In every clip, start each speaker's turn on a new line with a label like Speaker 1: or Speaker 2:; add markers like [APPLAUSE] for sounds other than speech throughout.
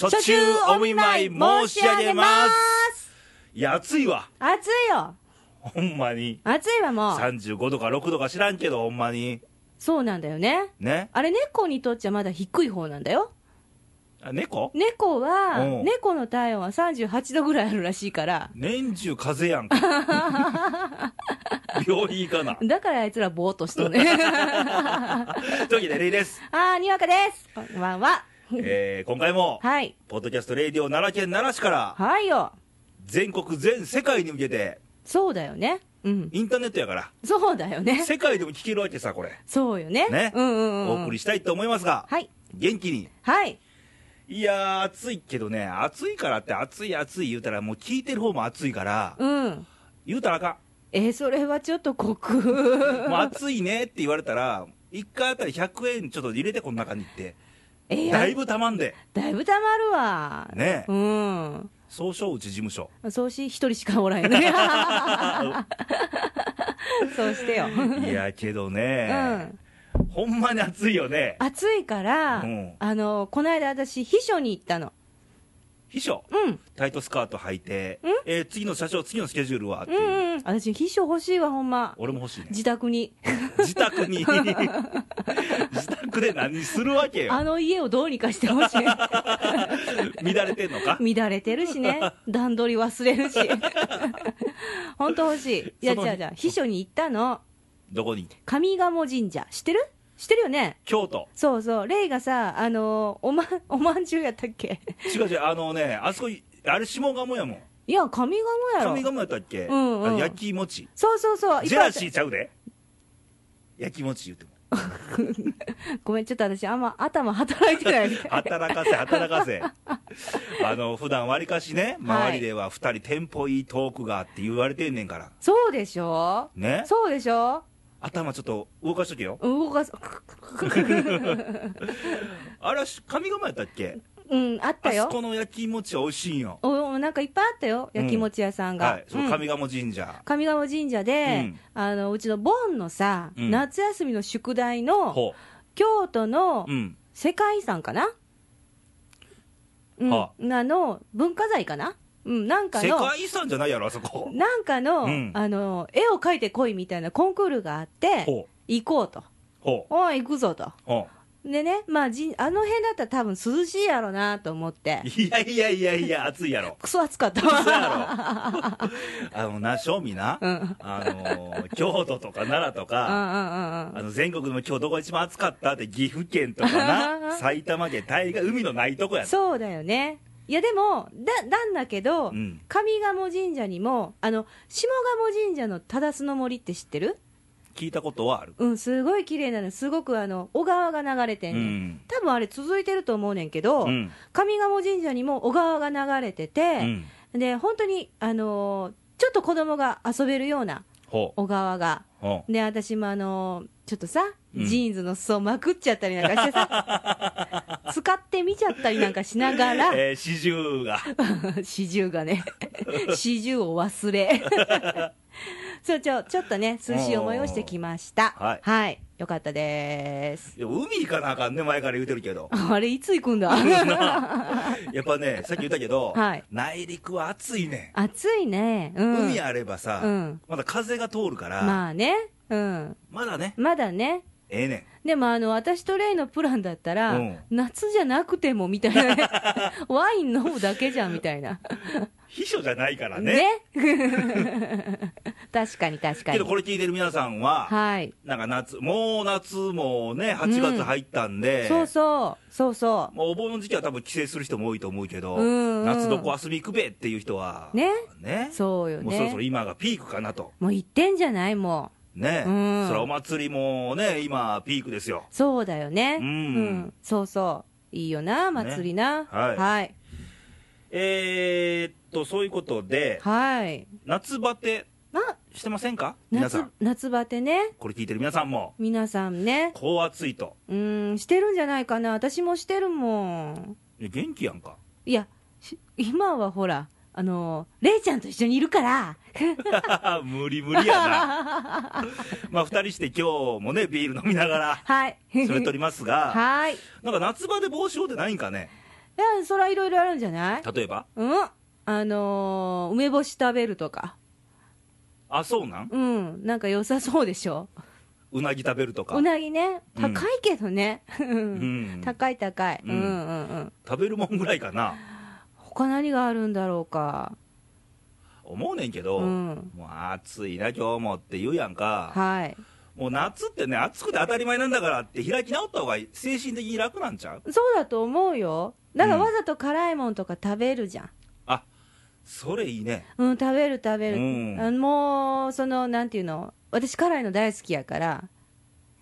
Speaker 1: 初中お見舞い申し上げます
Speaker 2: す
Speaker 1: いや、暑いわ。
Speaker 2: 暑いよ
Speaker 1: ほんまに。
Speaker 2: 暑いわもう
Speaker 1: 35度か6度か知らんけど、ほんまに。
Speaker 2: そうなんだよね
Speaker 1: ね。
Speaker 2: あれ猫にとっちゃまだ低い方なんだよ
Speaker 1: あ猫
Speaker 2: 猫は
Speaker 1: うん
Speaker 2: 猫の体温は38度ぐらいあるらしいから
Speaker 1: 年中風邪やんか。
Speaker 2: [LAUGHS]
Speaker 1: 病院行かな。
Speaker 2: だからあいつらぼーっとしと
Speaker 1: [LAUGHS]
Speaker 2: んね
Speaker 1: というわけで、レイです。
Speaker 2: あーにわかですこんばんは
Speaker 1: えー、今回も、
Speaker 2: はい
Speaker 1: ポッドキャストレイディオ奈良県奈良市から、
Speaker 2: はいよ
Speaker 1: 全国全世界に向けて、
Speaker 2: そうだよねうん
Speaker 1: インターネットやから、
Speaker 2: そうだよね
Speaker 1: 世界でも聞けるわけさ、これ。
Speaker 2: そうよね
Speaker 1: ね
Speaker 2: うんうんうん
Speaker 1: お送りしたいと思いますが、
Speaker 2: はい
Speaker 1: 元気に。
Speaker 2: はい
Speaker 1: いやー、暑いけどね、暑いからって、暑い暑い言うたら、もう聞いてる方も暑いから、
Speaker 2: うん
Speaker 1: 言うたらあかん。
Speaker 2: えー、それはちょっ
Speaker 1: [LAUGHS]
Speaker 2: と酷
Speaker 1: もう暑いねって言われたら、1回あたり100円ちょっと入れて、この中にって。
Speaker 2: えー、
Speaker 1: だ
Speaker 2: だ
Speaker 1: い
Speaker 2: いぶ
Speaker 1: ぶたまんで。
Speaker 2: だいぶたまるわ
Speaker 1: ねえ
Speaker 2: うん
Speaker 1: 総称うち事務
Speaker 2: [LAUGHS]
Speaker 1: 所。
Speaker 2: そうし一人しかおらんよ [LAUGHS] ねそうしてよ
Speaker 1: いや、けど
Speaker 2: う
Speaker 1: ね
Speaker 2: ん、
Speaker 1: ほんまに暑いよね。
Speaker 2: 暑いから、
Speaker 1: うん
Speaker 2: あのこの間私秘書に行ったの
Speaker 1: 秘書、
Speaker 2: うん
Speaker 1: タイトスカート履いて、えー次の社長、次のスケジュールはって
Speaker 2: う
Speaker 1: いうん
Speaker 2: うん私秘書欲しいわほんま
Speaker 1: 俺も欲しいね。
Speaker 2: 自宅に
Speaker 1: 自宅
Speaker 2: [LAUGHS]
Speaker 1: に [LAUGHS] 自宅で何するわけよ
Speaker 2: あの家をどうにかしてほ [LAUGHS] しい
Speaker 1: 乱れてんのか
Speaker 2: 乱れてるしね段取り忘れる [LAUGHS] し本当欲しいいや
Speaker 1: その
Speaker 2: じゃあじゃあ秘書に行ったの
Speaker 1: どこに
Speaker 2: 上鴨神社知ってる知ってるよね
Speaker 1: 京都
Speaker 2: そうそうレイがさあのおまおまんじゅうやったっけ
Speaker 1: 違う違うあのねあそこあれ下鴨やもん
Speaker 2: いや上鴨やろ
Speaker 1: 上鴨やったっけ、
Speaker 2: うんうん
Speaker 1: あの焼き餅
Speaker 2: そうそうそう
Speaker 1: ジェラシ
Speaker 2: いっ
Speaker 1: ーちゃうで焼き餅言っても
Speaker 2: ぱいあったごめんちょっと私あんま頭働いて
Speaker 1: [LAUGHS]
Speaker 2: ないみたい
Speaker 1: 働かせ働かせあの普段わりかしね周りでは2人テンポいいトークがって言われてんねんから
Speaker 2: そうでしょ
Speaker 1: ね
Speaker 2: そうでしょ
Speaker 1: 頭ちょっと動かしとけよ
Speaker 2: 動
Speaker 1: [LAUGHS]
Speaker 2: かす
Speaker 1: あれはし上鴨やったっけ
Speaker 2: うんあった
Speaker 1: あそ
Speaker 2: よ
Speaker 1: この焼き餅美味しいんよ
Speaker 2: おおなんかいっぱいあったよ焼き餅屋さんが、
Speaker 1: はいそう
Speaker 2: うん
Speaker 1: 上鴨神社、
Speaker 2: 上鴨神社で、
Speaker 1: うん
Speaker 2: あのうちの盆のさ、
Speaker 1: うん
Speaker 2: 夏休みの宿題の
Speaker 1: ほ
Speaker 2: 京都の
Speaker 1: う、うん、
Speaker 2: 世界遺産かな、うん
Speaker 1: は
Speaker 2: なの文化財かな、うん、なんか
Speaker 1: 世
Speaker 2: の
Speaker 1: 界遺産じゃないやろあそこ
Speaker 2: なんかの,、
Speaker 1: うん
Speaker 2: あの絵を描いてこいみたいなコンクールがあって
Speaker 1: ほう
Speaker 2: 行こうと
Speaker 1: ほう
Speaker 2: おい行くぞと
Speaker 1: ほ
Speaker 2: でね、まあ、じあの辺だったら多分涼しいやろなと思って
Speaker 1: ういやいやいやいや暑いやろ
Speaker 2: クソ暑かった
Speaker 1: 嘘
Speaker 2: わ、
Speaker 1: やろ [LAUGHS] あのな正味な、
Speaker 2: うん、うんうんうん
Speaker 1: あのー京都とか奈良とか、
Speaker 2: うん
Speaker 1: あの全国でも今日どこが一番暑かったって岐阜県とか
Speaker 2: [LAUGHS]
Speaker 1: な埼玉県大概海のないとこやな
Speaker 2: そうだよね。いやでもだなんだけど、
Speaker 1: うん
Speaker 2: 上鴨神社にもあの下鴨神社の忠須の森って知ってる？
Speaker 1: 聞いたことはある
Speaker 2: うんすごい綺麗なのすごくあの小川が流れてん
Speaker 1: う
Speaker 2: ねん、
Speaker 1: ん
Speaker 2: 多分あれ続いてると思うねんけど、
Speaker 1: うん
Speaker 2: 上鴨神社にも小川が流れて
Speaker 1: う
Speaker 2: て、
Speaker 1: ん
Speaker 2: で本当にあのーちょっと子供が遊べるような
Speaker 1: ほう
Speaker 2: 小川が。
Speaker 1: ほ
Speaker 2: で私もあのーちょっとさ、
Speaker 1: うん
Speaker 2: ジーンズの裾をまくっちゃったりなんかしてさ
Speaker 1: [LAUGHS]
Speaker 2: 使ってみちゃったりなんかしなが
Speaker 1: う
Speaker 2: [LAUGHS] ら
Speaker 1: えー四十が
Speaker 2: 四十がね [LAUGHS] 四十を忘れ [LAUGHS] そうちょちょっとね涼しい思いをしてきました
Speaker 1: おーはい
Speaker 2: よかったです
Speaker 1: いや海行かなあかんね前から言うてるけど [LAUGHS]
Speaker 2: あれいつ行くんだ
Speaker 1: やっぱねさっき言ったけど、
Speaker 2: はい
Speaker 1: 内陸は暑いね、
Speaker 2: 暑いねうんん
Speaker 1: 海あればさ、
Speaker 2: うん
Speaker 1: まだ風が通るから、
Speaker 2: まあねうん
Speaker 1: まだね
Speaker 2: まだね
Speaker 1: ええねん
Speaker 2: でもあの私とレイのプランだったら、
Speaker 1: うん
Speaker 2: 夏じゃなくてもみたいな
Speaker 1: [LAUGHS]
Speaker 2: ねワイン飲むだけじゃんみたいな
Speaker 1: 秘書じゃないからね
Speaker 2: ね確かに確か
Speaker 1: け
Speaker 2: に
Speaker 1: どこれ聞いてる皆さんは、
Speaker 2: はい
Speaker 1: なんか夏もう夏もね8月入ったんで、
Speaker 2: そうそうそうそう
Speaker 1: もうお盆の時期は多分帰省する人も多いと思うけど、
Speaker 2: うんうん
Speaker 1: 夏どこ遊び行くべっていう人は
Speaker 2: ね
Speaker 1: ね
Speaker 2: そうよね
Speaker 1: もうそろそろ今がピークかなと
Speaker 2: もう行ってんじゃないもう。
Speaker 1: ね、
Speaker 2: うん
Speaker 1: それはお祭りもね今ピークですよ
Speaker 2: そうだよね。
Speaker 1: うん
Speaker 2: そうそう。いいよな、祭りな。
Speaker 1: はい
Speaker 2: はい。
Speaker 1: えー、っとそういうことで
Speaker 2: はい。
Speaker 1: 夏バテ
Speaker 2: あ、
Speaker 1: してませんか皆さ
Speaker 2: 夏
Speaker 1: ん、
Speaker 2: 夏バテね。
Speaker 1: これ聞いてる皆さんも
Speaker 2: 皆さんね。
Speaker 1: こう暑いと
Speaker 2: うん、してるんじゃないかな。私もしてるもん。
Speaker 1: いや元気やんか
Speaker 2: いや、し今はほら、あの、レイちゃんと一緒にいるから。
Speaker 1: [LAUGHS] 無理無理やなまあ2人して今日もねビール飲みながら
Speaker 2: はい。
Speaker 1: それとりますが
Speaker 2: [LAUGHS] はい。
Speaker 1: なんか夏場で帽子をってないんかね
Speaker 2: えや、そらいろいろあるんじゃない
Speaker 1: 例えば
Speaker 2: うんあのー梅干し食べるとか。
Speaker 1: あそうなん
Speaker 2: うん。なんか良さそうでしょ
Speaker 1: うなぎ食べるとか
Speaker 2: うなぎね。
Speaker 1: うん
Speaker 2: 高いけどね。
Speaker 1: ん
Speaker 2: [LAUGHS] 高い高い。
Speaker 1: う
Speaker 2: うんんうんうん。
Speaker 1: 食べるもんぐらいかな
Speaker 2: 他何があるんだろうか。
Speaker 1: 思うねんけど、
Speaker 2: うん
Speaker 1: もう暑いな今日もって言うやんか、
Speaker 2: はい。
Speaker 1: もう夏ってね暑くて当たり前なんだからって開き直った方が精神的に楽なんちゃう
Speaker 2: そうだと思うよ。だから
Speaker 1: うん
Speaker 2: わざと辛いもんとか食べるじゃん。
Speaker 1: あそれいいね
Speaker 2: うん、食べる食べる。
Speaker 1: うん
Speaker 2: あのもう、その、なんていうの。私辛いの大好きやから。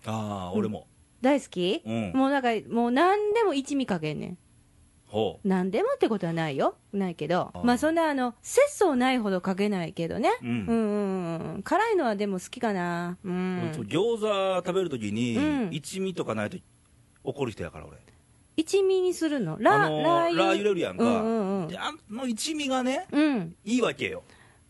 Speaker 1: ああ俺も
Speaker 2: 大好き、
Speaker 1: うん
Speaker 2: もうなんか、もう何でも一味かけんねん。
Speaker 1: ほ
Speaker 2: 何でもってことはないよ。ないけど
Speaker 1: あ。
Speaker 2: まあそんな、あの、節操ないほどかけないけどね。
Speaker 1: ううん
Speaker 2: うんうんうん。辛いのはでも好きかな。う
Speaker 1: そう、
Speaker 2: ん。
Speaker 1: 餃子食べるときに、
Speaker 2: うん
Speaker 1: 一味とかないと怒る人やから俺
Speaker 2: 一味にするのラ、
Speaker 1: あのー
Speaker 2: ラー油。
Speaker 1: ラー油入れるやんか、
Speaker 2: うんうんうん
Speaker 1: であの一味がね
Speaker 2: うん。
Speaker 1: いいわけよ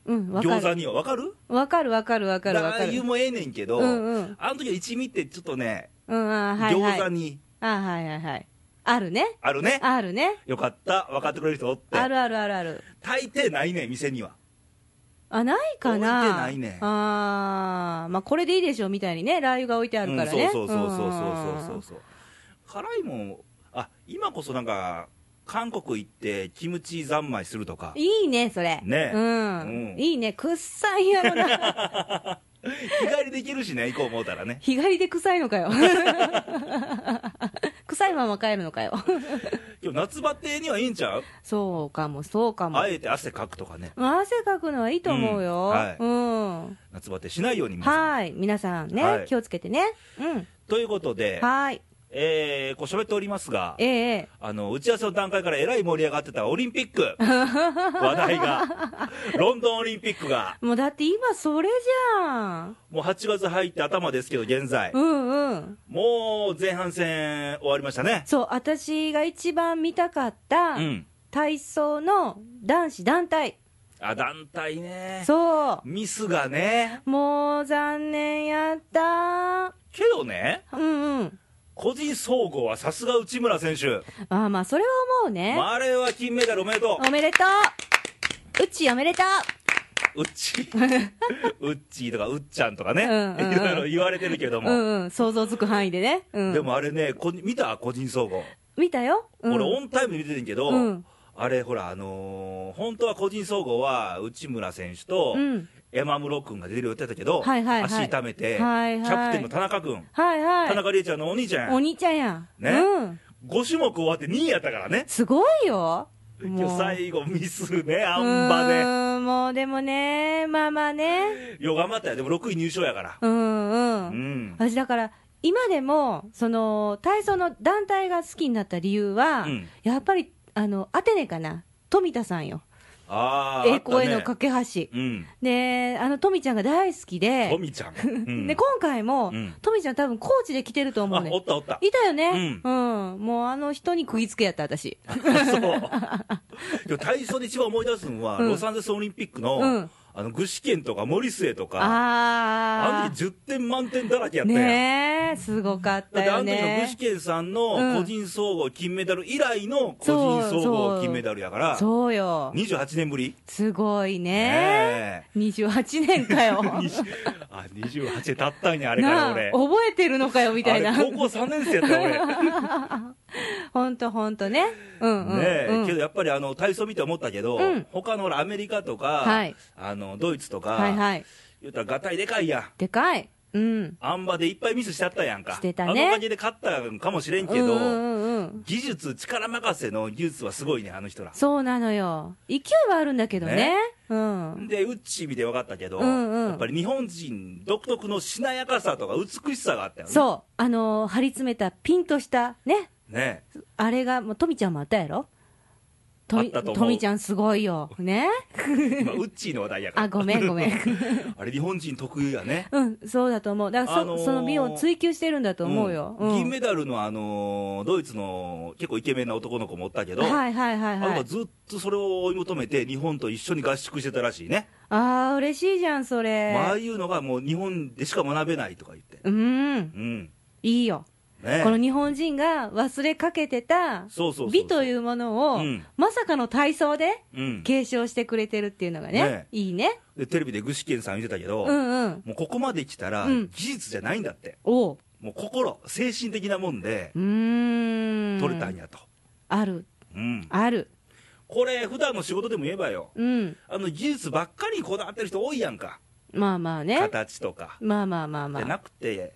Speaker 2: うん、わか
Speaker 1: 餃子
Speaker 2: る。
Speaker 1: にはわかる
Speaker 2: わかるわかるわかる
Speaker 1: ラ
Speaker 2: わか
Speaker 1: ー油
Speaker 2: る。
Speaker 1: もええねんけど、
Speaker 2: うんうん
Speaker 1: あの時は一味ってちょっとね、
Speaker 2: うん、あーはいはい。
Speaker 1: 餃子に
Speaker 2: あ、はいはいはい。あるね。
Speaker 1: あるね
Speaker 2: あるね。
Speaker 1: よかった分かってくれる人おって
Speaker 2: あるあるあるある。
Speaker 1: 大抵ないね店には
Speaker 2: あ、ないかな。
Speaker 1: 置いてないね
Speaker 2: あーまあこれでいいでしょうみたいにね、ラー油が置いてあるからね。
Speaker 1: うんそうそうそうそうそうそ
Speaker 2: ん
Speaker 1: うそう辛いもんあ今こそなんか韓国行ってキムチ三昧するとか
Speaker 2: いいね、それ。
Speaker 1: ね
Speaker 2: うん。
Speaker 1: うん
Speaker 2: いいね、くっさいや
Speaker 1: [LAUGHS]
Speaker 2: ろな。
Speaker 1: 日帰りできるしね行こう思うたらね
Speaker 2: 日帰りで臭いのかよ。 [LAUGHS] 臭いまま帰るのかよ。
Speaker 1: 今日夏バテにはいいんちゃう
Speaker 2: そうかも、そうかも。
Speaker 1: あえて汗かくとかね
Speaker 2: 汗かくのはいいと思うよ。
Speaker 1: うんはい
Speaker 2: うん
Speaker 1: 夏バテしないように皆さん
Speaker 2: はい、皆さんね、
Speaker 1: はい
Speaker 2: 気をつけてね。うん。
Speaker 1: ということで、
Speaker 2: はい。
Speaker 1: えー、こう喋っておりますが
Speaker 2: えええ
Speaker 1: あの打ち合わせの段階からえらい盛り上がってたオリンピッ
Speaker 2: [LAUGHS]
Speaker 1: ク話題がロンドンオリンピックが
Speaker 2: えもうだって今それじゃん。
Speaker 1: もう8月入って頭ですけど現在
Speaker 2: うんうん。
Speaker 1: もう前半戦終わりましたね
Speaker 2: そう、私が一番見たかった
Speaker 1: うん
Speaker 2: 体操の男子団体。
Speaker 1: あ団体ね
Speaker 2: そ
Speaker 1: ミスがね
Speaker 2: う。もう残念やった。
Speaker 1: けどね
Speaker 2: うんうん。
Speaker 1: 個人総合はさすが内村選手、
Speaker 2: ああまあ、それは思うね。
Speaker 1: まあ、あれは金メダルおめでと
Speaker 2: おめでとう。うちおめでと
Speaker 1: ううっち
Speaker 2: [LAUGHS]
Speaker 1: うっちーとかうっちゃんとかね、
Speaker 2: うんうんうん
Speaker 1: いろいろ言われてるけど
Speaker 2: う。う
Speaker 1: も、
Speaker 2: んうん。想像つく範囲でね。うん。
Speaker 1: でもあれねこ見た個人総合、
Speaker 2: 見たよ。うん、
Speaker 1: 俺オンタイムで見てるけど、
Speaker 2: うん
Speaker 1: あれほらあのー本当は個人総合は内村選手と
Speaker 2: うん
Speaker 1: 山室君が出る予定だったけど、
Speaker 2: はいはいはい
Speaker 1: 足痛めて、
Speaker 2: はいはい
Speaker 1: キャプテンの田中君、
Speaker 2: はい
Speaker 1: 田
Speaker 2: は
Speaker 1: 中理恵ちゃんのお兄ちゃ
Speaker 2: い。
Speaker 1: ん
Speaker 2: お兄ちゃんやん。
Speaker 1: ね
Speaker 2: うん。
Speaker 1: 5種目終わって2位やったからね
Speaker 2: すごいよ。
Speaker 1: 今日最後ミスねあ
Speaker 2: うん
Speaker 1: まね
Speaker 2: ーんもうでもね、まあまあね。
Speaker 1: よ頑張ったよでも6位入賞やから
Speaker 2: うんうん。
Speaker 1: うん
Speaker 2: 私だから、今でも、その、体操の団体が好きになった理由は、
Speaker 1: うん
Speaker 2: やっぱり、あの、アテネかな。富田さんよ。
Speaker 1: ああ
Speaker 2: 栄光への
Speaker 1: か
Speaker 2: 架け橋。
Speaker 1: うん
Speaker 2: で、あの、富ちゃんが大好きで、
Speaker 1: 富
Speaker 2: [LAUGHS]
Speaker 1: ちゃん、うん
Speaker 2: で、今回も、
Speaker 1: うん
Speaker 2: 富ちゃん多分コーチで来てると思う
Speaker 1: あ
Speaker 2: ね
Speaker 1: お。ったおった
Speaker 2: いたよね、うん。もうあの人に食いつけやった、私。
Speaker 1: そうでも体操で一番思い出すのは、
Speaker 2: うん
Speaker 1: ロサンゼルスオリンピックの、
Speaker 2: うん
Speaker 1: あの具志堅とか森末とかあ
Speaker 2: あ
Speaker 1: の時10点満点だらけや
Speaker 2: あ。
Speaker 1: ったやん、
Speaker 2: ねえ、すごかっ
Speaker 1: だったてあ
Speaker 2: よ
Speaker 1: の時の具
Speaker 2: ね
Speaker 1: 志。堅さんの個人総合金メダル以来の個人総合金メダルやから、
Speaker 2: そうよ。
Speaker 1: 28年ぶり
Speaker 2: すごいね。28年
Speaker 1: [LAUGHS]
Speaker 2: かよ。
Speaker 1: え [LAUGHS] あ28年経ったんやあれか
Speaker 2: な
Speaker 1: ら
Speaker 2: あ、
Speaker 1: 俺
Speaker 2: 覚えてるのかよ、みたいな
Speaker 1: あ。れ高校3年生やったよ
Speaker 2: [LAUGHS] ほんとほんとね。うん
Speaker 1: 俺
Speaker 2: うん。
Speaker 1: ねえ、
Speaker 2: うん
Speaker 1: けどやっぱりあの体操見て思ったけど、
Speaker 2: うん
Speaker 1: 他のほらアメリカとか、
Speaker 2: はい
Speaker 1: あのドイツとか、
Speaker 2: はいはい。
Speaker 1: 言ったらがたいでかいやん
Speaker 2: でかい。うん。
Speaker 1: あん馬でいっぱいミスしちゃったやんか
Speaker 2: してたね
Speaker 1: あのおかげで勝ったんかもしれんけど、
Speaker 2: うんうんうん。
Speaker 1: 技術力任せの技術はすごいねあの人ら
Speaker 2: そうなのよ。勢いはあるんだけどね。
Speaker 1: ね
Speaker 2: うん。
Speaker 1: でウッチー見て分かったけど、
Speaker 2: うんうん
Speaker 1: やっぱり日本人独特のしなやかさとか美しさがあったよね
Speaker 2: そう。あのー張り詰めたピンとした、ね。
Speaker 1: ね
Speaker 2: あれが、もう、とみちゃんもあったやろと
Speaker 1: あっ
Speaker 2: み、
Speaker 1: たと思う
Speaker 2: とみちゃんすごいよ。ね。
Speaker 1: 今ウッチーの話題やから
Speaker 2: [LAUGHS] あ、ごめんごめん。
Speaker 1: [LAUGHS] あれ日本人特有やね
Speaker 2: うん、そうだと思う。だからそ、
Speaker 1: あのー
Speaker 2: その美を追求してるんだと思うよ。
Speaker 1: うん
Speaker 2: うん
Speaker 1: 銀メダルのあのードイツの結構イケメンな男の子もおったけど、
Speaker 2: はいはいはい
Speaker 1: あの子
Speaker 2: は。
Speaker 1: はいずっとそれを追い求めて日本と一緒に合宿してたらしいね、
Speaker 2: ああ、嬉しいじゃん、それ。
Speaker 1: まあああいうのがもう日本でしか学べないとか言って
Speaker 2: うん
Speaker 1: う。ん
Speaker 2: いいよ。
Speaker 1: ね
Speaker 2: この日本人が忘れかけてた
Speaker 1: そうそうそうそう
Speaker 2: 美というものを、
Speaker 1: うん
Speaker 2: まさかの体操で
Speaker 1: うん、
Speaker 2: 継承してくれてるっていうのがね、
Speaker 1: ね
Speaker 2: いいね。
Speaker 1: でテレビで具志堅さん見てたけど、
Speaker 2: うんうん。
Speaker 1: もうここまで来たら、
Speaker 2: うん
Speaker 1: 技術じゃないんだって、
Speaker 2: おう。
Speaker 1: もう心、精神的なもんで
Speaker 2: うーん。
Speaker 1: 取れたんやと、
Speaker 2: ある、
Speaker 1: うん、
Speaker 2: ある。
Speaker 1: これ、普段の仕事でも言えばよ、
Speaker 2: うん。
Speaker 1: あの技術ばっかりにこだわってる人多いやんか、
Speaker 2: まあまあね。
Speaker 1: 形とか、
Speaker 2: まあまあまあま
Speaker 1: じゃ
Speaker 2: あ。
Speaker 1: なくて、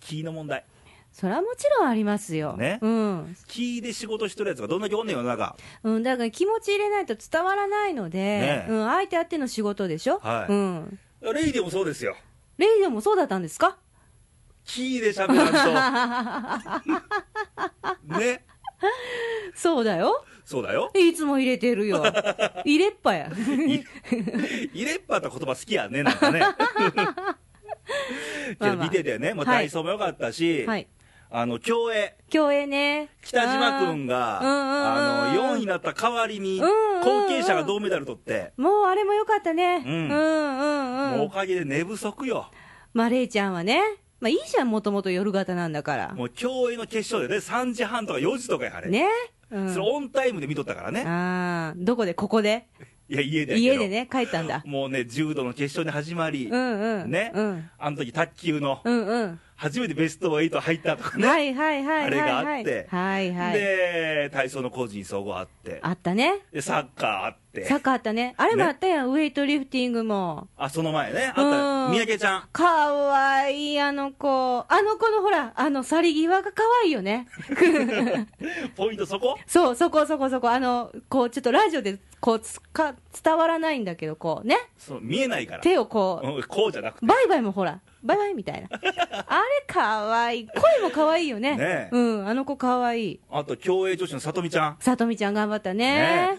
Speaker 1: 気の問題、
Speaker 2: それはもちろんありますよ。
Speaker 1: ね
Speaker 2: うん。
Speaker 1: 気で仕事してるやつがどんだけおんねんよ、世の中、
Speaker 2: うん、だから気持ち入れないと伝わらないので、
Speaker 1: ね
Speaker 2: うん、相手あっての仕事でしょ、
Speaker 1: はい
Speaker 2: うん、
Speaker 1: レイディもそうですよ、
Speaker 2: レイディオもそうだったんですか
Speaker 1: 気で喋らん [LAUGHS] と、ね、
Speaker 2: そうだよ。
Speaker 1: そうだよ、
Speaker 2: いつも入れて
Speaker 1: [LAUGHS]
Speaker 2: るよ。入れっぱや。
Speaker 1: 入れっぱった言葉好きやね、なん
Speaker 2: [LAUGHS]
Speaker 1: かね。けど見ててね、もう体操も良かったし、
Speaker 2: はい。
Speaker 1: あの競泳、
Speaker 2: 競泳ね。
Speaker 1: 北島君が
Speaker 2: うんうん
Speaker 1: あ
Speaker 2: うんうん
Speaker 1: の4位になった代わりに、
Speaker 2: うんうんうん
Speaker 1: 後継者が銅メダル取って、
Speaker 2: あーもうあれもよかったね。
Speaker 1: う
Speaker 2: うんん、うん、
Speaker 1: もう
Speaker 2: う
Speaker 1: お
Speaker 2: ん。
Speaker 1: かげで寝不足よ、
Speaker 2: まあ、レイちゃんはね。まあ、いいじゃん、もともと夜型なんだから。
Speaker 1: もう競泳の決勝でね、3時半とか4時とかや、あれ、
Speaker 2: ね。うん。
Speaker 1: それオンタイムで見とったからね、
Speaker 2: ああ、どこで、ここで。
Speaker 1: いや、家でやけど
Speaker 2: 家でね、帰ったんだ。
Speaker 1: もうね、柔道の決勝に始まり、
Speaker 2: うんうん。
Speaker 1: ね
Speaker 2: うん。
Speaker 1: あの時卓球の
Speaker 2: うんうん。
Speaker 1: 初めてベスト8入ったとかね、
Speaker 2: はいはいはいはいはい。
Speaker 1: あれがあって
Speaker 2: はいはい。
Speaker 1: で体操の個人総合あって、
Speaker 2: あったね。
Speaker 1: でサッカーあって。
Speaker 2: サッカーあったね。あれもあったやん、ウェイトリフティングも。
Speaker 1: あ、その前ね。あっ
Speaker 2: う
Speaker 1: た、
Speaker 2: ん
Speaker 1: 三宅ちゃん。
Speaker 2: かわいい、あの子。あの子のほら、あの、去り際がかわいいよね。
Speaker 1: ポイントそこ
Speaker 2: そう、そこそこそこ。あの、こう、ちょっとラジオで、こう、つか、伝わらないんだけど、こう、ね。
Speaker 1: そう見えないから。
Speaker 2: 手をこ
Speaker 1: うんこうじゃなくて。
Speaker 2: う、バイバイもほら、バイバイみたいな。あれかわいい。声もかわいいよね。
Speaker 1: ねえ
Speaker 2: うん、あの子かわいい。
Speaker 1: あと、競泳女子のさとみちゃん。
Speaker 2: さとみちゃん頑張ったね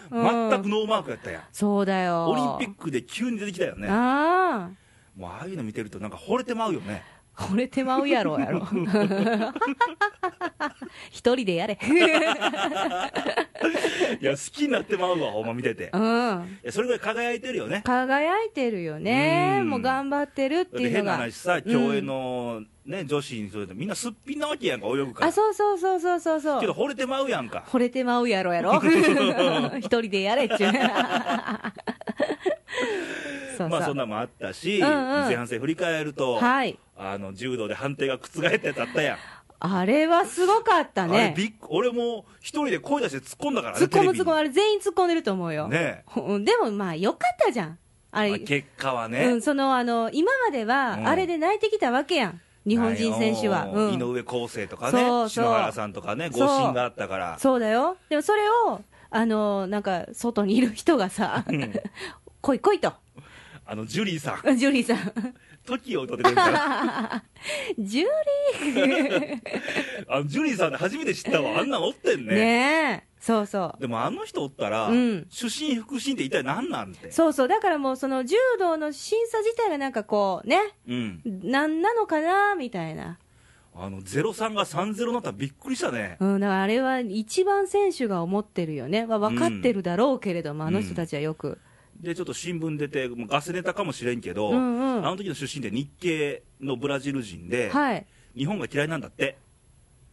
Speaker 1: ね。全く
Speaker 2: うん
Speaker 1: ノーマークやったやん。
Speaker 2: そうだよ。
Speaker 1: オリンピックで急に出てきたよね。
Speaker 2: ああ。
Speaker 1: もうああいうの見てるとなんか惚れてまうよね。
Speaker 2: 惚れてまうやろ
Speaker 1: [LAUGHS]
Speaker 2: やろ一人で
Speaker 1: [LAUGHS]
Speaker 2: やれ
Speaker 1: いや、好きになってまうわ、ほんま見てて。
Speaker 2: うん
Speaker 1: いやそれぐらい輝いてるよね。
Speaker 2: 輝いてるよね
Speaker 1: うん
Speaker 2: もう頑張ってるって
Speaker 1: だって
Speaker 2: いうの
Speaker 1: 変な
Speaker 2: が
Speaker 1: 話さ、競泳のね、女子にそれてみんなすっぴんなわけやんか、泳ぐから。
Speaker 2: あそうそうそうそうそうそ
Speaker 1: けど
Speaker 2: う
Speaker 1: 惚れてまうやんか。
Speaker 2: 惚れてまうやろ
Speaker 1: [LAUGHS]
Speaker 2: やろ一人でやれっちゅうそうそう、
Speaker 1: まあそんなんもあったし、
Speaker 2: うんうん
Speaker 1: 前半戦振り返ると、
Speaker 2: はい
Speaker 1: あの、柔道で判定が覆ったやつあったやん。
Speaker 2: あれはすごかった
Speaker 1: あれ
Speaker 2: ね
Speaker 1: びっく俺も一人で声出して突っ込んだからね、
Speaker 2: 突っ込む突っ込む
Speaker 1: テ
Speaker 2: あれ全員突っ込んでると思う
Speaker 1: レビ
Speaker 2: よ、
Speaker 1: にね
Speaker 2: うんでもまあよかったじゃんあ
Speaker 1: え、
Speaker 2: れ、
Speaker 1: まあ結果はね、
Speaker 2: うん、そのあの今まで
Speaker 1: う
Speaker 2: は
Speaker 1: ん
Speaker 2: あれで泣いてきたわけやん、日本人選手
Speaker 1: な
Speaker 2: は、
Speaker 1: いよ
Speaker 2: うん、
Speaker 1: 井上康生とかね、
Speaker 2: そうそう
Speaker 1: 篠原さんとかね、誤
Speaker 2: そう
Speaker 1: 審があったから、
Speaker 2: そうだよでもそれをあのなんか外にいる人がさ
Speaker 1: ん
Speaker 2: 「 [LAUGHS] 来い来い」と
Speaker 1: あのジュリーさん、
Speaker 2: ジュリーさん [LAUGHS]
Speaker 1: 時を歌ってくれるから、
Speaker 2: ジュリ
Speaker 1: あのジュリーさんって初めて知ったわ、あんなんおってん
Speaker 2: ー
Speaker 1: ね。
Speaker 2: ねえそうそう
Speaker 1: でもあの人おったら、
Speaker 2: うん
Speaker 1: 主審、副審って一体何なんて、
Speaker 2: そうそうだからもうその柔道の審査自体がなんかこうね
Speaker 1: うん、
Speaker 2: なんなのかなみたいな、
Speaker 1: あの03が30になったらびっくりしたね、
Speaker 2: うん、だからあれは一番選手が思ってるよねは分かってるだろうけれども、あの人たちはよく、
Speaker 1: でちょっと新聞出て、もうガセネタかもしれんけど、
Speaker 2: うんうん
Speaker 1: あの時の出身で日系のブラジル人で、
Speaker 2: はい
Speaker 1: 日本が嫌いなんだって。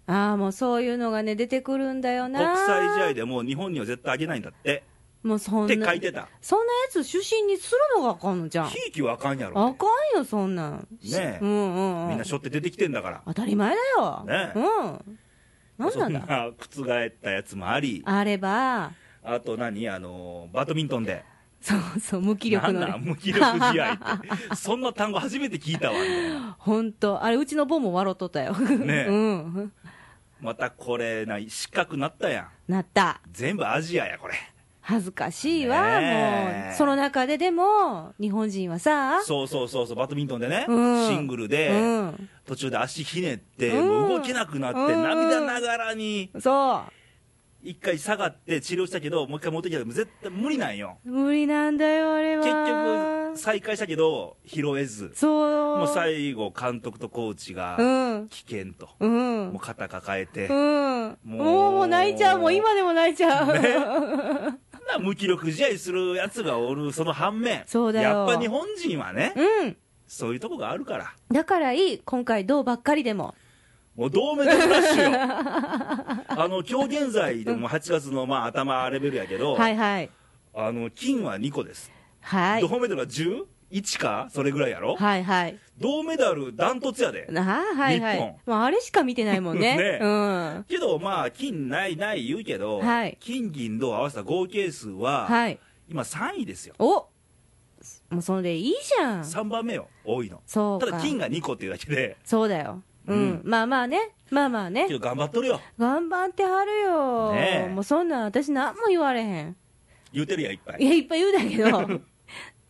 Speaker 2: ああもうそういうのがね出てくるんだよな
Speaker 1: 国際試合でもう日本には絶対あげないんだって
Speaker 2: もうそ
Speaker 1: っ
Speaker 2: ん
Speaker 1: て
Speaker 2: な
Speaker 1: 書いてた
Speaker 2: そんなやつ主審にするのがあかんのじゃん
Speaker 1: ひいきはあかんやろ
Speaker 2: あ
Speaker 1: っ
Speaker 2: かんよそんなん
Speaker 1: ねえ
Speaker 2: うん
Speaker 1: て
Speaker 2: うんうん
Speaker 1: みんなしょって出てきてんだから
Speaker 2: 当たり前だよ、
Speaker 1: ねえ
Speaker 2: うんなんなんだ
Speaker 1: そんな覆ったやつもあり
Speaker 2: あれば
Speaker 1: あと何あのバドミントンで
Speaker 2: そうそう無気力の
Speaker 1: なんなん
Speaker 2: ね
Speaker 1: 無気力試合ってそんな単語初めて聞いたわみたいな
Speaker 2: 本当あれうちの坊も笑っとったよ
Speaker 1: ねえ
Speaker 2: [LAUGHS] うん
Speaker 1: またこれな失格なったやん
Speaker 2: なった
Speaker 1: 全部アジアやこれ
Speaker 2: 恥ずかしいわ、
Speaker 1: ねえ
Speaker 2: もうその中ででも日本人はさ
Speaker 1: そうそうそうそうバドミントンでね、
Speaker 2: うん
Speaker 1: シングルで、
Speaker 2: うん
Speaker 1: 途中で足ひねって、
Speaker 2: う
Speaker 1: も
Speaker 2: ん
Speaker 1: う動けなくなって、
Speaker 2: うん
Speaker 1: 涙ながらに
Speaker 2: そ
Speaker 1: 一回下がって治療したけどもう一回戻ってきたけど絶対無理なんよ
Speaker 2: う無理なんだよあれは
Speaker 1: 結局再開したけど拾えず
Speaker 2: そう
Speaker 1: もう最後監督とコーチが
Speaker 2: うん
Speaker 1: 危険と、
Speaker 2: うん
Speaker 1: もう肩抱えて、
Speaker 2: うん。
Speaker 1: もう
Speaker 2: もう、もう泣いちゃう。もう今でも泣いちゃう。
Speaker 1: な無気力試合するやつがおるその反面
Speaker 2: そうだよ
Speaker 1: やっぱ日本人はね
Speaker 2: うん。
Speaker 1: そういうとこがあるから
Speaker 2: だからいい。今回どうばっかりでも。
Speaker 1: もう銅メダルラッシ
Speaker 2: [LAUGHS]
Speaker 1: ュよあの今日現在でも8月のまあ頭レベルやけど、
Speaker 2: はいはい。
Speaker 1: あの金は2個です、
Speaker 2: はい。
Speaker 1: 銅メダルは 11? かそれぐらいやろ、
Speaker 2: はいはい。
Speaker 1: 銅メダルダントツやで
Speaker 2: なあはいは
Speaker 1: 日
Speaker 2: い
Speaker 1: 本。
Speaker 2: まあ、あれしか見てないもんね。
Speaker 1: [LAUGHS] ね
Speaker 2: うん。
Speaker 1: けどまあ金ないない言うけど、
Speaker 2: はい
Speaker 1: 金銀銅合わせた合計数は、
Speaker 2: はい。
Speaker 1: 今3位ですよ
Speaker 2: おもうそれでいいじゃん。
Speaker 1: 3番目よ多いの
Speaker 2: そう
Speaker 1: た
Speaker 2: か。
Speaker 1: だ金が2個っていうだけで
Speaker 2: そうだよ。うん。
Speaker 1: うん
Speaker 2: まあまあね。まあまあね
Speaker 1: け。ど頑張っとるよ
Speaker 2: 頑張ってはるよ。
Speaker 1: ねえ
Speaker 2: もうそんなん私何も言われへん。
Speaker 1: 言うてるやんいっぱい
Speaker 2: いや、いっぱい言うだ
Speaker 1: [LAUGHS]
Speaker 2: けど。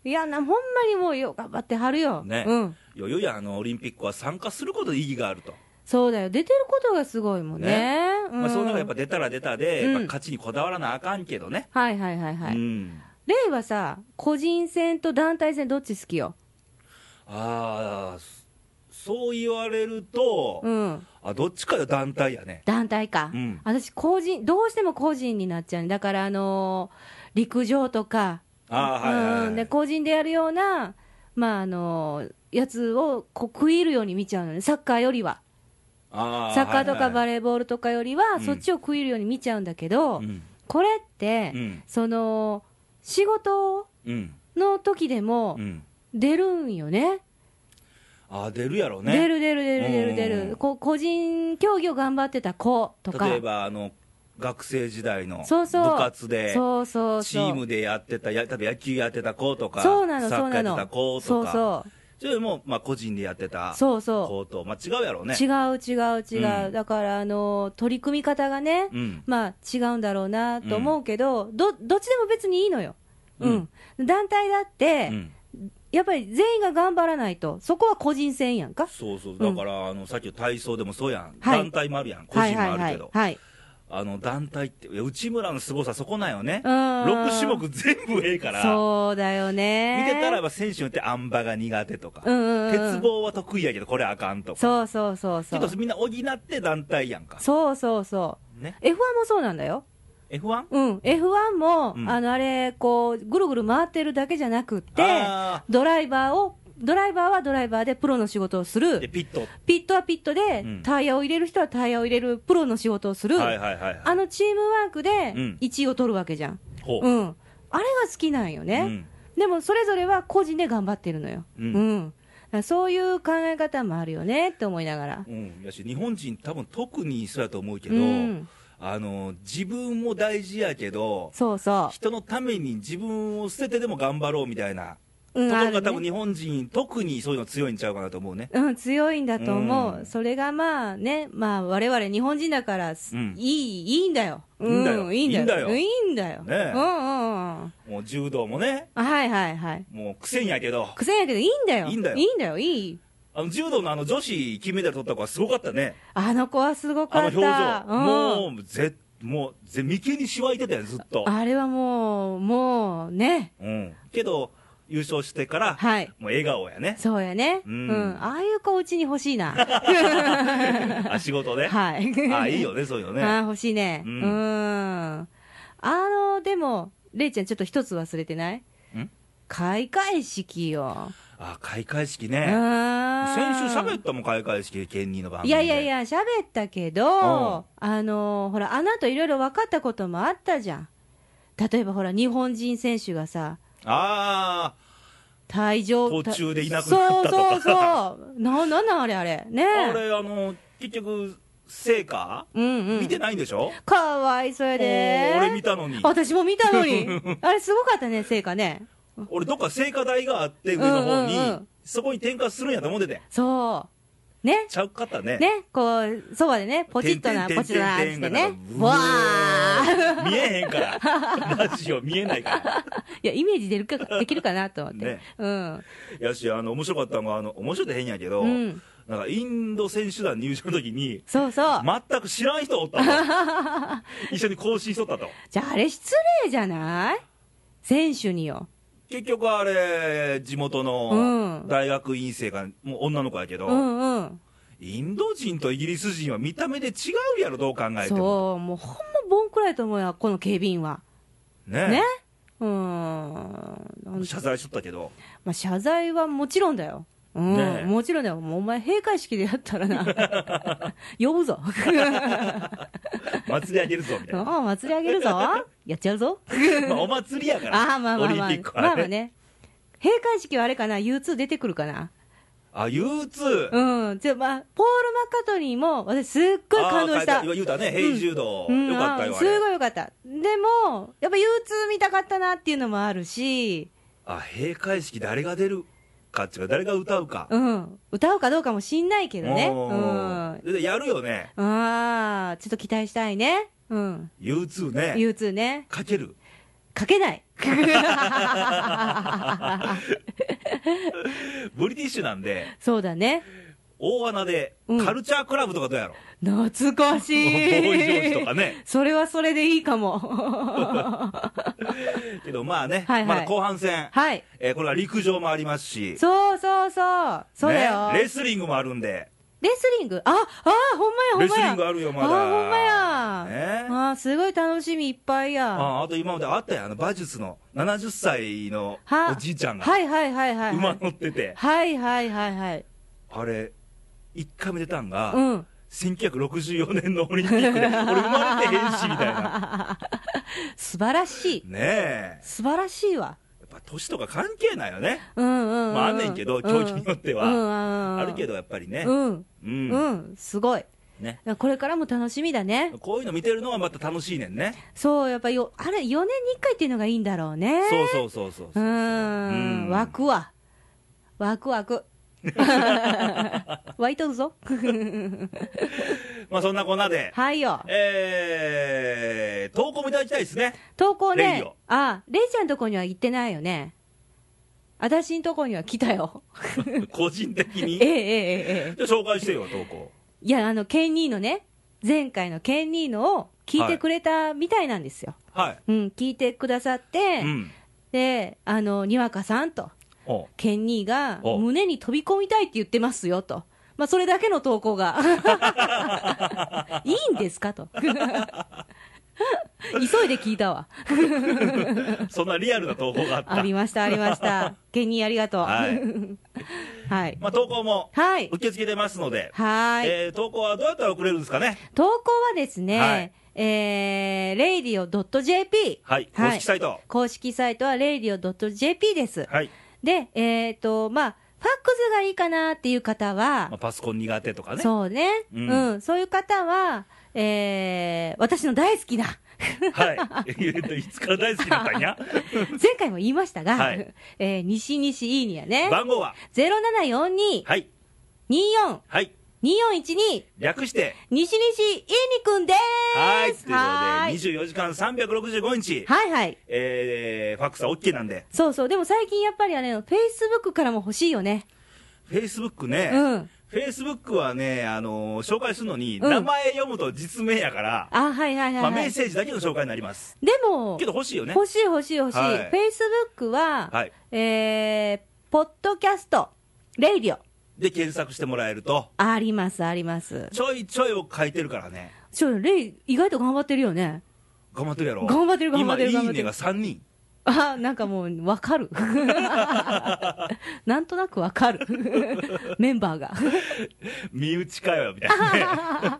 Speaker 2: いやな、ほんまにもうよ、頑張ってはるよ。
Speaker 1: ね
Speaker 2: うん。
Speaker 1: 余裕やあのオリンピックは参加することに意義があると、
Speaker 2: そうだよ。出てることがすごいもんね。うん
Speaker 1: まあ、その中やっぱ出たら出たで、
Speaker 2: うん
Speaker 1: やっぱ勝ちにこだわらなあかんけどね、
Speaker 2: はいはいはいはい。
Speaker 1: うん
Speaker 2: レイはさ、個人戦と団体戦どっち好きよ。
Speaker 1: ああそう言われると、
Speaker 2: うん。
Speaker 1: あどっちかよ団体やね
Speaker 2: 団体か、
Speaker 1: うん
Speaker 2: 私個人どうしても個人になっちゃうねだからあのー陸上とか、
Speaker 1: ああはいはい、はい
Speaker 2: うんで個人でやるようなまああのーやつをこう食い入るように見ちゃうのねサッカーよりは
Speaker 1: あ
Speaker 2: サッカーとかバ
Speaker 1: レ
Speaker 2: レーボールとかよりは、
Speaker 1: うん
Speaker 2: そっちを食い入るように見ちゃうんだけど、
Speaker 1: うん
Speaker 2: これって、
Speaker 1: うん
Speaker 2: その仕事
Speaker 1: うん
Speaker 2: の時でも
Speaker 1: うん
Speaker 2: 出るんよね
Speaker 1: ああ出るやろうね
Speaker 2: 出る出る出る出る
Speaker 1: う
Speaker 2: 出
Speaker 1: んうんう
Speaker 2: る
Speaker 1: ん
Speaker 2: こ個人競技を頑張ってた子とか
Speaker 1: 例えばあの学生時代の
Speaker 2: そう
Speaker 1: 部
Speaker 2: そう
Speaker 1: 活で
Speaker 2: そうそうそう
Speaker 1: チームでやってたや例えば野球やってた子とか
Speaker 2: そうなの
Speaker 1: サ
Speaker 2: そう
Speaker 1: ッカーや
Speaker 2: な
Speaker 1: って
Speaker 2: の
Speaker 1: た子
Speaker 2: そ
Speaker 1: と
Speaker 2: う
Speaker 1: か
Speaker 2: そ
Speaker 1: それも、まあ、個人でやってた
Speaker 2: うそうそ
Speaker 1: 子と、まあ、違うやろう
Speaker 2: う、
Speaker 1: ね
Speaker 2: 違う違う違う、
Speaker 1: うん
Speaker 2: だからあの取り組み方がね、
Speaker 1: うん
Speaker 2: まあ違うんだろうなと思うけど、どどっちでも別にいいのよ、うん団体だって、
Speaker 1: うん
Speaker 2: やっぱり全員が頑張らないとそこは個人戦やんか
Speaker 1: そうそう
Speaker 2: う
Speaker 1: だ
Speaker 2: ん
Speaker 1: から、あのさっきの体操でもそうやん、
Speaker 2: はい
Speaker 1: 団体もあるやん個人もあるけど、
Speaker 2: はいはいはい、はい、
Speaker 1: あの団体っていや内村の凄さそこなんよね
Speaker 2: うん
Speaker 1: 6種目全部ええから
Speaker 2: そうだよね
Speaker 1: 見てたらやっぱ選手によってあん馬が苦手とか、
Speaker 2: うんうんうん
Speaker 1: 鉄棒は得意やけどこれあかんとか
Speaker 2: そうそうそう
Speaker 1: け
Speaker 2: そ
Speaker 1: ど
Speaker 2: う
Speaker 1: みんな補って団体やんか、
Speaker 2: そうそうそう
Speaker 1: ね、
Speaker 2: F1 もそうなんだよ
Speaker 1: F1?
Speaker 2: うん、F1 も、
Speaker 1: うん
Speaker 2: あのあれこう、ぐるぐる回ってるだけじゃなくって
Speaker 1: あ、
Speaker 2: ドライバーを、ドライバーはドライバーでプロの仕事をす
Speaker 1: で
Speaker 2: る、
Speaker 1: ピット、
Speaker 2: ピットはピットで、
Speaker 1: うん
Speaker 2: タイヤを入れる人はタイヤを入れるプロの仕事をする、
Speaker 1: はいはいはいはい
Speaker 2: あのチームワークで
Speaker 1: うん
Speaker 2: 1位を取るわけじゃん、
Speaker 1: ほう
Speaker 2: うんあれが好きなんよね、
Speaker 1: うん
Speaker 2: でもそれぞれは個人で頑張ってるのよ、
Speaker 1: う
Speaker 2: うんんだからそういう考え方もあるよねって思いながら。
Speaker 1: うん、やし日本人多分特にそうやと思うけど、
Speaker 2: うん
Speaker 1: あの自分も大事やけど
Speaker 2: そうそ
Speaker 1: 人のために自分を捨ててでも頑張ろうみたいな
Speaker 2: う、
Speaker 1: と
Speaker 2: うん
Speaker 1: ころ
Speaker 2: ある
Speaker 1: が
Speaker 2: ね
Speaker 1: 多分日本人、特にそういうの強いんちゃうかなと思うね。
Speaker 2: うん、強いんだと思う、
Speaker 1: うん
Speaker 2: それがまあね、まあ我々日本人だからす、
Speaker 1: うん
Speaker 2: いい、いいんだよ、う
Speaker 1: いいんだよ
Speaker 2: いいんだよ、
Speaker 1: い
Speaker 2: いいんだよ、
Speaker 1: ねえ
Speaker 2: うんうんうん、
Speaker 1: もう柔道もね、
Speaker 2: はいはいはい、
Speaker 1: もう癖んやけど、
Speaker 2: 癖やけど、いいんだよ、
Speaker 1: いいんだよ
Speaker 2: いいんだよ、いい、
Speaker 1: あの柔道のあの女子金メダル取った子はすごかったね、
Speaker 2: あの子はすご
Speaker 1: あ
Speaker 2: か
Speaker 1: の
Speaker 2: っ
Speaker 1: 表
Speaker 2: た、
Speaker 1: 情、
Speaker 2: うん
Speaker 1: もうぜ、もうぜ、眉間にしわいてたよ、ずっと。
Speaker 2: あれはもう、もうね、
Speaker 1: うん、けど、優勝してから、
Speaker 2: はい、
Speaker 1: もう笑顔や
Speaker 2: [LAUGHS]
Speaker 1: ね、
Speaker 2: そうやね、
Speaker 1: うん
Speaker 2: ああいう子、うちに欲しいな、
Speaker 1: [LAUGHS] あ仕事で、
Speaker 2: はい、
Speaker 1: あいいよね、そういうの
Speaker 2: あ
Speaker 1: ね、
Speaker 2: ー欲しいね、
Speaker 1: う
Speaker 2: うんん、あのでも、れいちゃん、ちょっと一つ忘れてない
Speaker 1: ん
Speaker 2: 開会式よ、
Speaker 1: あ開会式
Speaker 2: う
Speaker 1: ね、
Speaker 2: ん
Speaker 1: 先週喋ったもん、開会式、県人の番組
Speaker 2: い
Speaker 1: で。
Speaker 2: やいやいや、喋ったけ
Speaker 1: うん
Speaker 2: ど、あのほら、あの後いろいろ分かったこともあったじゃん、例えばほら、日本人選手がさ、
Speaker 1: あ
Speaker 2: 退場
Speaker 1: 途
Speaker 2: た
Speaker 1: 中でいなくなったとか
Speaker 2: そうそうそう、ななんなんあれ、あれ、ね
Speaker 1: あ、あれ、あの結局、成果、
Speaker 2: うんうん、
Speaker 1: 見てないんでしょ、
Speaker 2: かわいそうやで
Speaker 1: おー、俺見たのに、
Speaker 2: 私も見た
Speaker 1: [LAUGHS]
Speaker 2: のに、あれ、すごかったね、成果ね。
Speaker 1: 俺、どっか聖火台があって、上の方に、
Speaker 2: うんうんうん
Speaker 1: そこに点火するんやと思ってて、
Speaker 2: そう。ね。
Speaker 1: ちゃうかったね。
Speaker 2: ね。こう、そばでね、ポチッと
Speaker 1: てん
Speaker 2: な、
Speaker 1: て
Speaker 2: ポ
Speaker 1: ん
Speaker 2: チ
Speaker 1: て
Speaker 2: ッと
Speaker 1: ん
Speaker 2: な、
Speaker 1: て
Speaker 2: し
Speaker 1: んが
Speaker 2: てね。
Speaker 1: う
Speaker 2: わー。
Speaker 1: ー見えへんから、 [LAUGHS] ラジオ見えないから。
Speaker 2: いや、イメージ出るか、できるかなと思って。
Speaker 1: ね
Speaker 2: うん。
Speaker 1: やし、あの、面白かったのが、あの、面白いって変やけど、
Speaker 2: うん
Speaker 1: なんか、インド選手団入場の時に、
Speaker 2: そうそう。
Speaker 1: 全く知らん人おったの。
Speaker 2: [LAUGHS]
Speaker 1: 一緒に更新しとったと。
Speaker 2: じゃあ、あれ失礼じゃない選手によ。
Speaker 1: 結局あれ、地元
Speaker 2: う
Speaker 1: の
Speaker 2: ん
Speaker 1: 大学院生が、もう女の子やけど、
Speaker 2: うんうん。
Speaker 1: インド人とイギリス人は見た目で違うやろ、どう考えても。
Speaker 2: そう、もうほんまボンくらいと思うよ、この警備員は。
Speaker 1: ね
Speaker 2: ね。うーん。
Speaker 1: 謝罪しとったけど、
Speaker 2: まあ、謝罪はもちろんだよ。うん
Speaker 1: ねえ
Speaker 2: もちろんだよ、もうお前、閉会式でやったら [LAUGHS] な、呼ぶぞ、
Speaker 1: 祭り上げるぞみた
Speaker 2: [LAUGHS]
Speaker 1: いな、
Speaker 2: おう祭り上げるぞ、やっちゃうぞ、
Speaker 1: まあ、お祭りやから
Speaker 2: ああ、まあまあまあ、
Speaker 1: オリンピックはね,、
Speaker 2: まあまあね、閉会式はあれかな、U2 出てくるかな、
Speaker 1: あ U2、
Speaker 2: うん、じゃあ、まあ、ポール・マッカートニーも、私、すっごい感動し
Speaker 1: あ
Speaker 2: た
Speaker 1: ー。言うたね、平柔道、
Speaker 2: うん
Speaker 1: よかったよ、
Speaker 2: あ
Speaker 1: あ
Speaker 2: す
Speaker 1: れ。
Speaker 2: ごいよかった。でも、やっぱ U2 見たかったなっていうのもあるし、
Speaker 1: あ、閉会式誰が出るかっていうか、誰が歌うか。
Speaker 2: うん、歌うかどうかもしんないけどね。
Speaker 1: お
Speaker 2: う
Speaker 1: ー
Speaker 2: ん。
Speaker 1: でやるよね、
Speaker 2: ああ、ちょっと期待したいね。うん。
Speaker 1: U2 ね、
Speaker 2: U2 ね。
Speaker 1: かける。
Speaker 2: 書けない。 [LAUGHS]
Speaker 1: ブリティッシュなんで、
Speaker 2: そうだね。
Speaker 1: 大穴で、
Speaker 2: うん
Speaker 1: カルチャークラブとかどうやろ、
Speaker 2: 懐かし
Speaker 1: [LAUGHS] ボーイジョージ
Speaker 2: い。
Speaker 1: とかね。
Speaker 2: それはそれでいいか
Speaker 1: [LAUGHS]
Speaker 2: も。
Speaker 1: けどまあね、
Speaker 2: はいはい
Speaker 1: まだ後半戦、
Speaker 2: はい。
Speaker 1: えーこれは陸上もありますし、
Speaker 2: そうそうそう。そうだよ。
Speaker 1: ねレ
Speaker 2: レ
Speaker 1: スリングもあるんで、
Speaker 2: スリングあ、あ、ほんま
Speaker 1: レス
Speaker 2: や、ほんまや。
Speaker 1: リングあるよ、まだ。
Speaker 2: あ、ほんまや。
Speaker 1: ね
Speaker 2: あー、すごい楽しみいっぱいや。
Speaker 1: ああと今まであったやん、あの馬術の70歳の
Speaker 2: は
Speaker 1: おじいちゃんが
Speaker 2: はいはいはいはい。
Speaker 1: 馬乗ってて、
Speaker 2: はいはいはいはい。
Speaker 1: あれ、1回目出たんが、
Speaker 2: うん。
Speaker 1: 1964年のオリンピック
Speaker 2: [LAUGHS]
Speaker 1: で、俺生まれてへんし、みたいな。
Speaker 2: 素晴らしい。
Speaker 1: ねえ。
Speaker 2: 素晴らしいわ。
Speaker 1: やっぱ年とか関係ないよね。
Speaker 2: うんうん、うん。
Speaker 1: まああんねんけど、競技によって
Speaker 2: て
Speaker 1: は。あ
Speaker 2: あ
Speaker 1: るけど、やっぱりね。
Speaker 2: うん、
Speaker 1: う。
Speaker 2: うんん、すごい。
Speaker 1: ね。
Speaker 2: これからも楽しみだね。
Speaker 1: こういうの見てるのがまた楽しいねんね。
Speaker 2: そう、やっぱよ、あれ、4年に1回っていうのがいいんだろうね。
Speaker 1: そうそうそうそうそうう。
Speaker 2: ん、湧くわ。湧く湧
Speaker 1: [LAUGHS]
Speaker 2: く。湧いとるぞ。
Speaker 1: まあそんなこんなで、
Speaker 2: はいよ。
Speaker 1: えー、投稿もいただきたいですね。
Speaker 2: 投稿
Speaker 1: レイ
Speaker 2: ね
Speaker 1: よ、
Speaker 2: あ、レイちゃんとこには行ってないよね。私んとこには来たよ。
Speaker 1: [LAUGHS] 個人的
Speaker 2: え
Speaker 1: に。
Speaker 2: ええ
Speaker 1: じ
Speaker 2: えええ。
Speaker 1: ゃあ紹介してよ、投稿。
Speaker 2: いや、あの、ケンニーのね、前回のケンニーのを聞いてくれたみたいなんですよ。
Speaker 1: は
Speaker 2: うん、聞いてくださって、
Speaker 1: い。うん。
Speaker 2: で、あの、にわかさんと、
Speaker 1: おう
Speaker 2: ケンニーが、
Speaker 1: お
Speaker 2: 胸に飛び込みたいって言ってますよと。まあ、それだけの投
Speaker 1: [LAUGHS]
Speaker 2: 稿が。いいんですかと。 [LAUGHS] 急いで聞いたわ。
Speaker 1: そんなリアルな投稿があった。
Speaker 2: ありました、ありました。ケンニーありがとう。は。
Speaker 1: はいい。
Speaker 2: はい。
Speaker 1: まあ投稿も
Speaker 2: はい。
Speaker 1: 受け付けてますので、
Speaker 2: はい。
Speaker 1: えー投稿はどうやったら送れるんですかね。
Speaker 2: 投稿はですね、
Speaker 1: はい
Speaker 2: えー、radio.jp。
Speaker 1: はい。公式サイト。
Speaker 2: 公式サイトは radio.jp です。
Speaker 1: はい。
Speaker 2: で、えっ、と、まあ、ファックスがいいかなっていう方
Speaker 1: ま
Speaker 2: は、
Speaker 1: あ、パソコン苦手とかね。
Speaker 2: そうね、う、
Speaker 1: うんん
Speaker 2: そういう方は、えー、私の大
Speaker 1: [LAUGHS]
Speaker 2: 好きな、
Speaker 1: はい。えっといつから大好きだったんや。
Speaker 2: 前回も言いましたが、
Speaker 1: はい
Speaker 2: [LAUGHS] えー西西いいにや [LAUGHS] ね、
Speaker 1: 番号は、
Speaker 2: 0742-24-2412、
Speaker 1: はい。はい。略して、
Speaker 2: 西西いいにくんで
Speaker 1: はい。
Speaker 2: す
Speaker 1: というこ
Speaker 2: ー
Speaker 1: とで、24時間365日、
Speaker 2: はいはい。
Speaker 1: えー、ファックスは OK なんで、
Speaker 2: そうそう。でも最近やっぱりあれ、フェイスブックからも欲しいよね。
Speaker 1: Facebook ね、
Speaker 2: うん。
Speaker 1: Facebook はね、あのー紹介するのに、
Speaker 2: うん
Speaker 1: 名前読むと実名やから、
Speaker 2: あ、はいはいはい、はい
Speaker 1: まあ、メッセージだけの紹介になります。
Speaker 2: でも
Speaker 1: け、ど欲しいよね。
Speaker 2: 欲しい欲しい欲しい。
Speaker 1: はい
Speaker 2: フェイスブックは、
Speaker 1: はい。
Speaker 2: えー、ポッドキャスト、レイディオ、
Speaker 1: で、検索してもらえると、
Speaker 2: あります、あります。
Speaker 1: ちょいちょいを書いてるからね。
Speaker 2: ちょ、レイ、意外と頑張ってるよね。
Speaker 1: 頑張ってるやろ。
Speaker 2: 頑張ってる頑張ってる
Speaker 1: 今、い
Speaker 2: 頑
Speaker 1: い
Speaker 2: 張ってる
Speaker 1: ねが3人。
Speaker 2: あ、なんかもう、わ
Speaker 1: [LAUGHS]
Speaker 2: かる。なんとなくわかる。メンバーが。
Speaker 1: 身内かよ、みたいなね。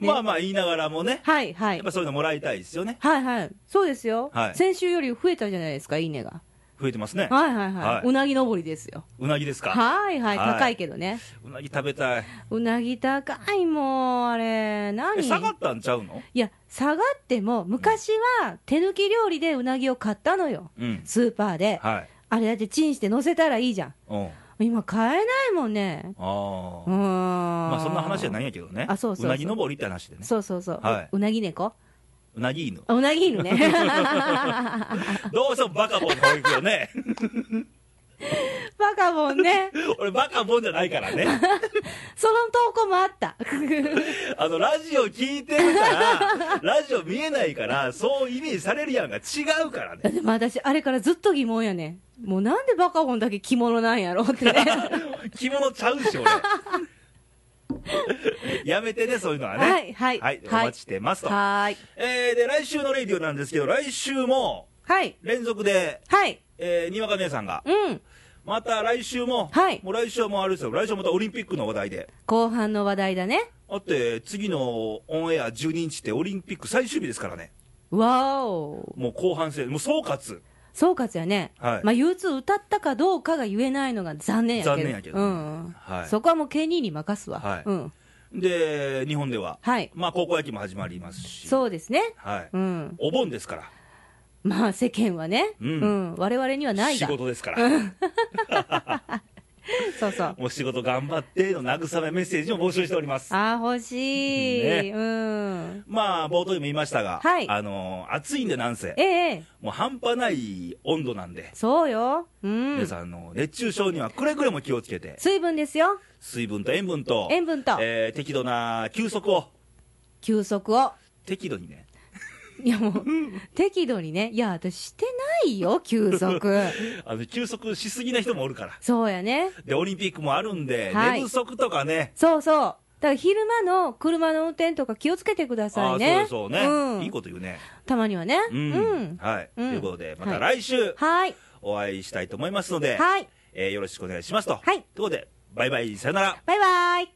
Speaker 1: まあまあ言いながらもね、
Speaker 2: はい、は
Speaker 1: や
Speaker 2: い
Speaker 1: っ。ぱそういうのもらいたいですよね。
Speaker 2: はい、はい。そうですよ、
Speaker 1: はい
Speaker 2: 先週より増えたじゃないですか、いいねが。
Speaker 1: 増えてますね。
Speaker 2: はい、はい、はい。
Speaker 1: はいう
Speaker 2: なぎ登りですよ。
Speaker 1: うなぎですか。
Speaker 2: はい、はい。
Speaker 1: はい
Speaker 2: 高いけどね。
Speaker 1: うなぎ食べたい。
Speaker 2: うなぎ高い、もう、あれ、
Speaker 1: え
Speaker 2: 何
Speaker 1: 下がったんちゃうの
Speaker 2: いや、下がっても、昔は手抜き料理でうなぎを買ったのよ。
Speaker 1: うん。
Speaker 2: スーパーで。
Speaker 1: はい。
Speaker 2: あれだってチンして乗せたらいいじゃん。
Speaker 1: うん。あ
Speaker 2: 今買えないもんね。
Speaker 1: あ
Speaker 2: うー。ん。ま。
Speaker 1: まあそんな話じゃないいんやけどね。
Speaker 2: あそうそうそう
Speaker 1: なぎ登りって話でね。
Speaker 2: そうそうそう。
Speaker 1: はいう
Speaker 2: なぎ猫
Speaker 1: うなぎ犬。
Speaker 2: あうなぎ
Speaker 1: [LAUGHS]
Speaker 2: 犬ね。
Speaker 1: どうしてもバカボンの方行くよ
Speaker 2: [LAUGHS]
Speaker 1: ね。
Speaker 2: バカボンね。
Speaker 1: 俺バカボンじゃないからね。
Speaker 2: その投稿もあった。 [LAUGHS]
Speaker 1: あの、ラジオ聞いてるから、ラジオ見えないから、そうイメージされるやんが違うからね。
Speaker 2: でも私、あれからずっと疑問やねん。もうなんでバカボンだけ着物なんやろってね。
Speaker 1: 着物ちゃうし、俺。やめてね、そういうのはね。
Speaker 2: はいはい
Speaker 1: はい、お待ちしてますと。
Speaker 2: はーい。
Speaker 1: えー、で、来週のレイディオなんですけど、来週も、
Speaker 2: はい。
Speaker 1: 連続で、
Speaker 2: はい。
Speaker 1: えー、にわか姉さんが、
Speaker 2: うん。
Speaker 1: また来週も、
Speaker 2: はい
Speaker 1: もう来週はもうあれですよ、来週はまたオリンピックの話題で、
Speaker 2: 後半の話題だね。
Speaker 1: だって次のオンエア12日ってオリンピック最終日ですからね、
Speaker 2: わお。
Speaker 1: もう後半戦、もう総括、
Speaker 2: 総括やね。
Speaker 1: はい
Speaker 2: まあ、U2 歌ったかどうかが言えないのが残念やけど。
Speaker 1: 残念やけど
Speaker 2: う
Speaker 1: ね
Speaker 2: ん。
Speaker 1: はい
Speaker 2: そこはもう K2 に任すわ。
Speaker 1: はい
Speaker 2: うん。
Speaker 1: で、日本では、
Speaker 2: はい。
Speaker 1: まあ高校野球も始まりますし、
Speaker 2: そうですね。
Speaker 1: はい、
Speaker 2: うん。
Speaker 1: お盆ですから、
Speaker 2: まあ、世間はね。
Speaker 1: うん
Speaker 2: うん。我々にはない
Speaker 1: 仕
Speaker 2: が。
Speaker 1: 事ですから、
Speaker 2: そうそう。
Speaker 1: もう仕事頑張っての慰めメッセージを募集しております。
Speaker 2: ああ、欲しい。
Speaker 1: ね
Speaker 2: うん。
Speaker 1: まあ、冒頭にも言いましたが、
Speaker 2: はい
Speaker 1: あの暑いんで、なんせ
Speaker 2: え、えええ、
Speaker 1: もう半端ない温度なんで、
Speaker 2: そうよ。うん
Speaker 1: 皆。さんあの、熱中症にはくれぐれも気をつけて、
Speaker 2: 水分ですよ。
Speaker 1: 水分と塩分と、
Speaker 2: 塩分と
Speaker 1: えー適度な休息を、
Speaker 2: 休息を。
Speaker 1: 適度にね、
Speaker 2: いやもう、適度にね。いや、私してないよ、休息。
Speaker 1: [LAUGHS] あの休息しすぎな人もおるから、
Speaker 2: そうやね。
Speaker 1: でオリンピックもあるんで、
Speaker 2: はい
Speaker 1: 寝不足とかね、
Speaker 2: そうそう。だから昼間の車の運転とか気をつけてくださ
Speaker 1: あ
Speaker 2: い
Speaker 1: あ
Speaker 2: ね。
Speaker 1: ーそうですそうね、いい
Speaker 2: ん。
Speaker 1: こと言うね。
Speaker 2: たまにはね。う
Speaker 1: うん
Speaker 2: ん。
Speaker 1: はい、
Speaker 2: うん
Speaker 1: ということで、また来週
Speaker 2: はい。
Speaker 1: お会いしたいと思いますので、
Speaker 2: はい。
Speaker 1: えーよろしくお願いしますと。
Speaker 2: はい
Speaker 1: ということで、バイバイ、さよなら。
Speaker 2: バイバイ。